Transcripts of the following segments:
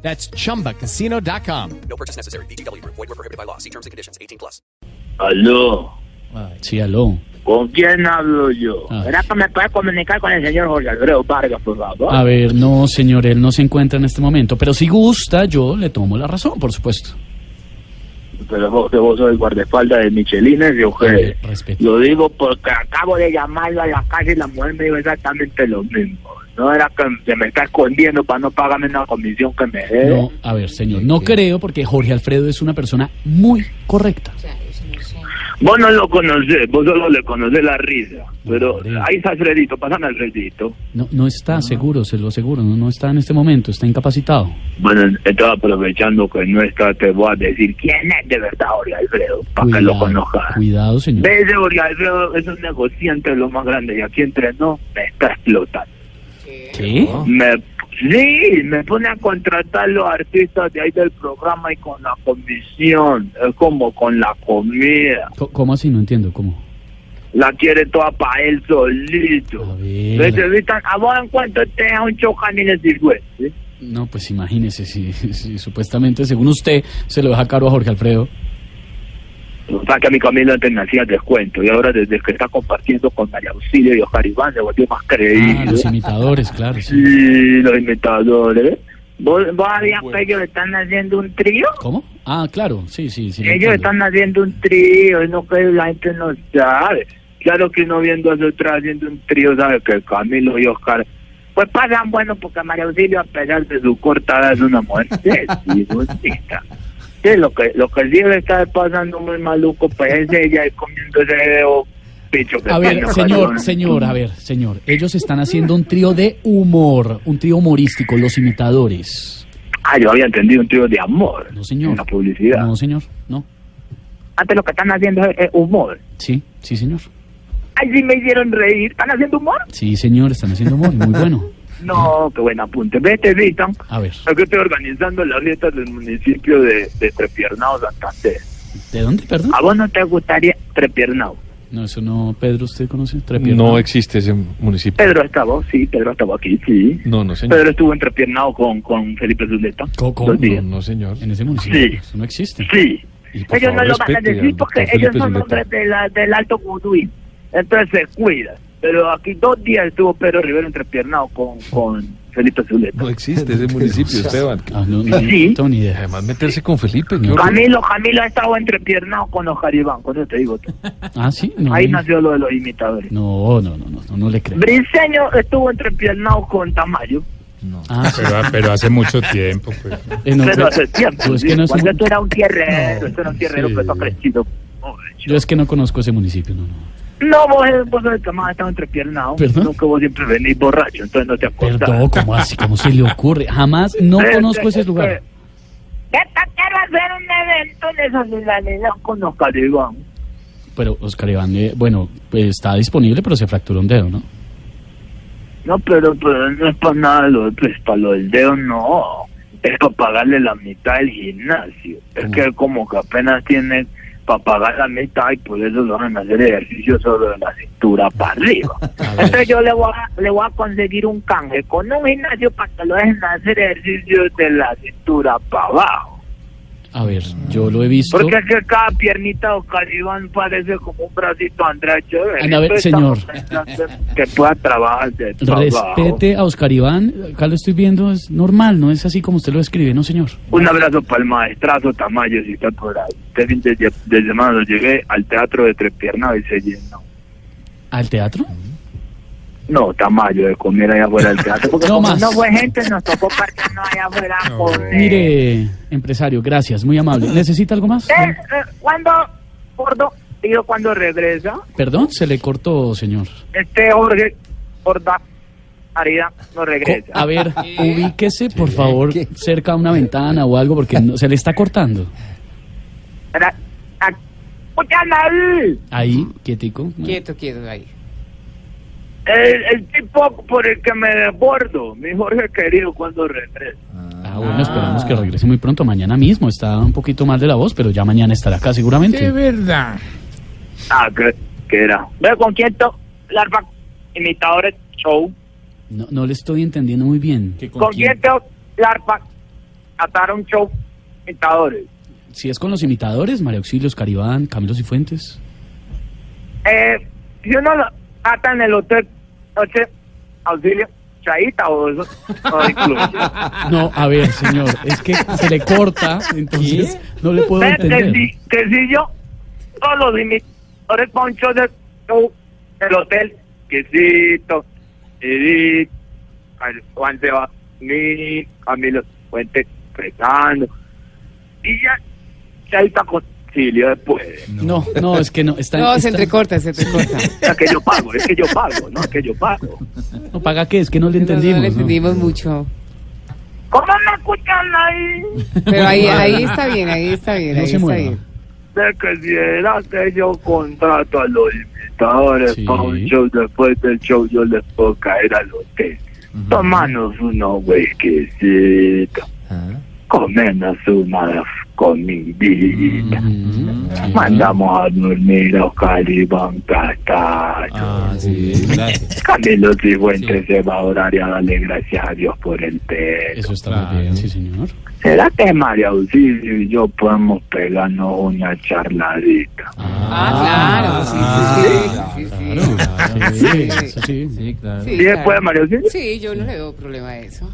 That's chumbacasino.com. No purchase necessary. BGW. Void were prohibited by law. See terms and conditions. 18 plus. Aló, Sí, aló. ¿con quién hablo yo? Ay. ¿Será que me puede comunicar con el señor Jorge Alfredo Vargas, por favor? A ver, no, señor, él no se encuentra en este momento, pero si gusta, yo le tomo la razón, por supuesto. Pero vos, que vos sos el guardaespaldas de Michelines y Ojeda. Oye, respeto. Lo digo porque acabo de llamarlo a la casa y la mujer me dijo exactamente lo mismo. No era que se me está escondiendo para no pagarme una comisión que me dé. No, a ver, señor, no creo porque Jorge Alfredo es una persona muy correcta. Vos no lo conocés, vos solo le conocés la risa. Pero Hombre. ahí está Alfredito, pásame a Alfredito. No, no está, Ah. seguro, se lo aseguro, no, no está en este momento, está incapacitado. Bueno, estaba aprovechando que no está, te voy a decir quién es de verdad Jorge Alfredo, para que lo conozcas. cuidado, señor. Ese Jorge Alfredo es un negociante de lo más grande y aquí entre no me está explotando. ¿Qué? Me, sí, me pone a contratar los artistas de ahí del programa y con la comisión, es como con la comida. Co- ¿Cómo así? No entiendo, ¿cómo? La quiere toda para él solito. A ver. Necesitan, a vos en cuanto te a un chocan y les digo, ¿sí? No, pues imagínese, si, si supuestamente, según usted, se lo deja caro a Jorge Alfredo. O sea que a mi Camila antes me hacía descuento y ahora desde que está compartiendo con María Auxilio y Oscar Iván se volvió más creído. Ah, los imitadores, claro, sí. Sí, los inventadores. ¿Vos, vos sabías que ellos están haciendo un trío? ¿Cómo? Ah, claro, sí, sí, sí. lo Ellos entiendo. están haciendo un trío, es lo que la gente no sabe. Claro que uno viendo a otra haciendo un trío sabe que Camilo y Oscar pues pasan bueno porque María Auxilio a pesar de su corta edad es una mujer sexy, bonita. Sí, lo que lo que el día le está pasando muy maluco pues es ella y comiendo ese dedo bicho que A tiene, ver, ojalá. señor, señor, a ver, señor. Ellos están haciendo un trío de humor, un trío humorístico, los imitadores. Ah, yo había entendido un trío de amor. No, señor. En la publicidad. No, señor, no. Antes lo que están haciendo es, es humor. Sí, sí, señor. Ay, sí me hicieron reír. ¿Están haciendo humor? Sí, señor, están haciendo humor, muy bueno. No, qué buen apunte. Vete, Vitan. A ver, Aquí estoy organizando las fiestas del municipio de, de Trepiernao, Santander. ¿de dónde, perdón? ¿A vos no te gustaría Trepiernao? No, eso no, Pedro, ¿usted conoce? Trepierna. No existe ese municipio. Pedro estaba, sí, Pedro estaba aquí, sí. No, no, señor. Pedro estuvo en Trepiernao con, con Felipe Zuleta. Co- co- Dos días. No, no, señor. En ese municipio, Sí. eso no existe. Sí. Y por Ellos no favor, lo van a respete decir al porque doctor ellos Felipe son Zuleta. hombres de la- del alto conduir. Entonces se cuida. Pero aquí dos días estuvo Pedro Rivero en Trepiernao con, con Felipe Zuleta. No existe ese municipio, Esteban. Ah, no, no, Sí. no tengo ni idea. Además, meterse con Felipe. qué No. horror. Camilo, Camilo ha estado entrepiernado con los Jaribán, con eso te digo. todo. Ah, sí, no. Ahí eh. nació lo de los imitadores. No, no, no, no, no, no le creo. Briseño estuvo entrepiernado con Tamayo, Ah, sí, Pero, pero hace mucho tiempo. Pues. eh, no, pero pero- hace tiempo. Yo es ¿sí? que no sé- Cuando tú eras un tierrero, tú eras un tierrero, sí. pero tú has crecido. Yo es que no conozco ese municipio, no, no. No, vos, eh, vos sos el que más ha estado entrepiernado. ¿Perdón? No, que vos siempre venís borracho, entonces no te acordás. Perdón, ¿cómo así? ¿Cómo se le ocurre? Jamás no Este, conozco ese este, lugar. Esta quiero hacer un evento de solidaridad con los Jaribán. Pero Oscar Iván, eh, bueno, pues, está disponible, pero se fracturó un dedo, ¿no? No, pero, pero no es para nada, lo, pues para lo del dedo no. Es para pagarle la mitad del gimnasio. Es que como que apenas tiene para pagar la mitad y por eso lo van a hacer ejercicio solo de la cintura para arriba. Entonces yo le voy, a, le voy a conseguir un canje con un gimnasio para que lo dejen hacer ejercicio de la cintura para abajo. A ver, yo lo he visto. Porque es que cada piernita o caribán parece como un bracito Andrés Chévere. Anda, a ver, Estamos señor. pensando Que pueda trabajar de trabajo. Respete a Oscar Iván. Acá lo estoy viendo, es normal, no es así como usted lo describe, ¿no, señor? Un abrazo para el maestrazo Tamayo, si está por ahí. Este fin de, de semana lo llevé al teatro de Tres Piernas y se llenó. ¿Al teatro? No, Tamayo, de comer allá afuera del teatro. Porque No como más. no fue gente, nos tocó partirnos allá afuera eh, a comer. Mire, empresario, gracias, muy amable. ¿Necesita algo más? Eh, eh, ¿Cuándo, gordo? Digo, cuando regresa, Perdón, se le cortó, señor. este Jorge, gorda, Arida, no regresa. A ver, ubíquese, por favor, cerca a una ventana o algo, porque no- se le está cortando. Era- ¡Ah, ¡Escuchan ahí! Ahí, quietico. ¿no? Quieto, quieto ahí. El, el tipo por el que me desbordo, mi Jorge querido, cuando regrese. Ah, bueno, esperamos que regrese muy pronto, mañana mismo. Está un poquito mal de la voz, pero ya mañana estará acá De seguramente. verdad. Ah, que, que era. Ve con quieto, larva, imitadores, show. No, no le estoy entendiendo muy bien. Con quieto, larva, ataron show, imitadores. Si es con los imitadores, María Auxilio, Caribán, Camilo Cifuentes. Eh, si uno lo ata en el hotel, noche, auxilio, chaita o eso, no incluye. No, a ver, señor, es que se le corta, entonces no le puedo Ve que entender. si, que si yo, todos los imitadores ponchos de show del hotel, quesito, Edith, Al- Juan Sebastián, Camilo Fuentes, Fresano, y ya, chaita con auxilio después. No, no, es que no. Está, No, se está- entrecorta, se entrecorta. O sea, que yo pago, es que yo pago, no, es que yo pago. No, ¿Paga qué? Es que no le No, no, entendimos. le ¿no? entendimos mucho. ¿Cómo me escuchan ahí? Pero ahí, ahí está bien, ahí está bien, No ahí se está mueva. bien. de que si era que yo contrato a los invitadores Sí. para un show después del show yo les puedo caer al hotel tomanos unos whiskycitos comernos unas comiditas Mm, sí. mandamos a dormir a Calibán Castaño Ah, sí. Camilo Cifuentes se va a orar y a darle gracias a Dios por el pelo Eso está muy bien, sí, señor. ¿será que María Auxilio y yo podemos pegarnos una charladita? Ah. Ah, claro, sí, sí, sí, sí, sí. Sí, eso sí. Sí, claro. Sí, ¿Y después claro. María Auxilio? Sí, yo no le veo problema a eso.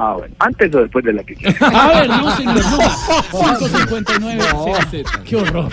Ah, bueno. Antes o después de la que quieras. A ver, no, señor, no. 5.59. Qué horror.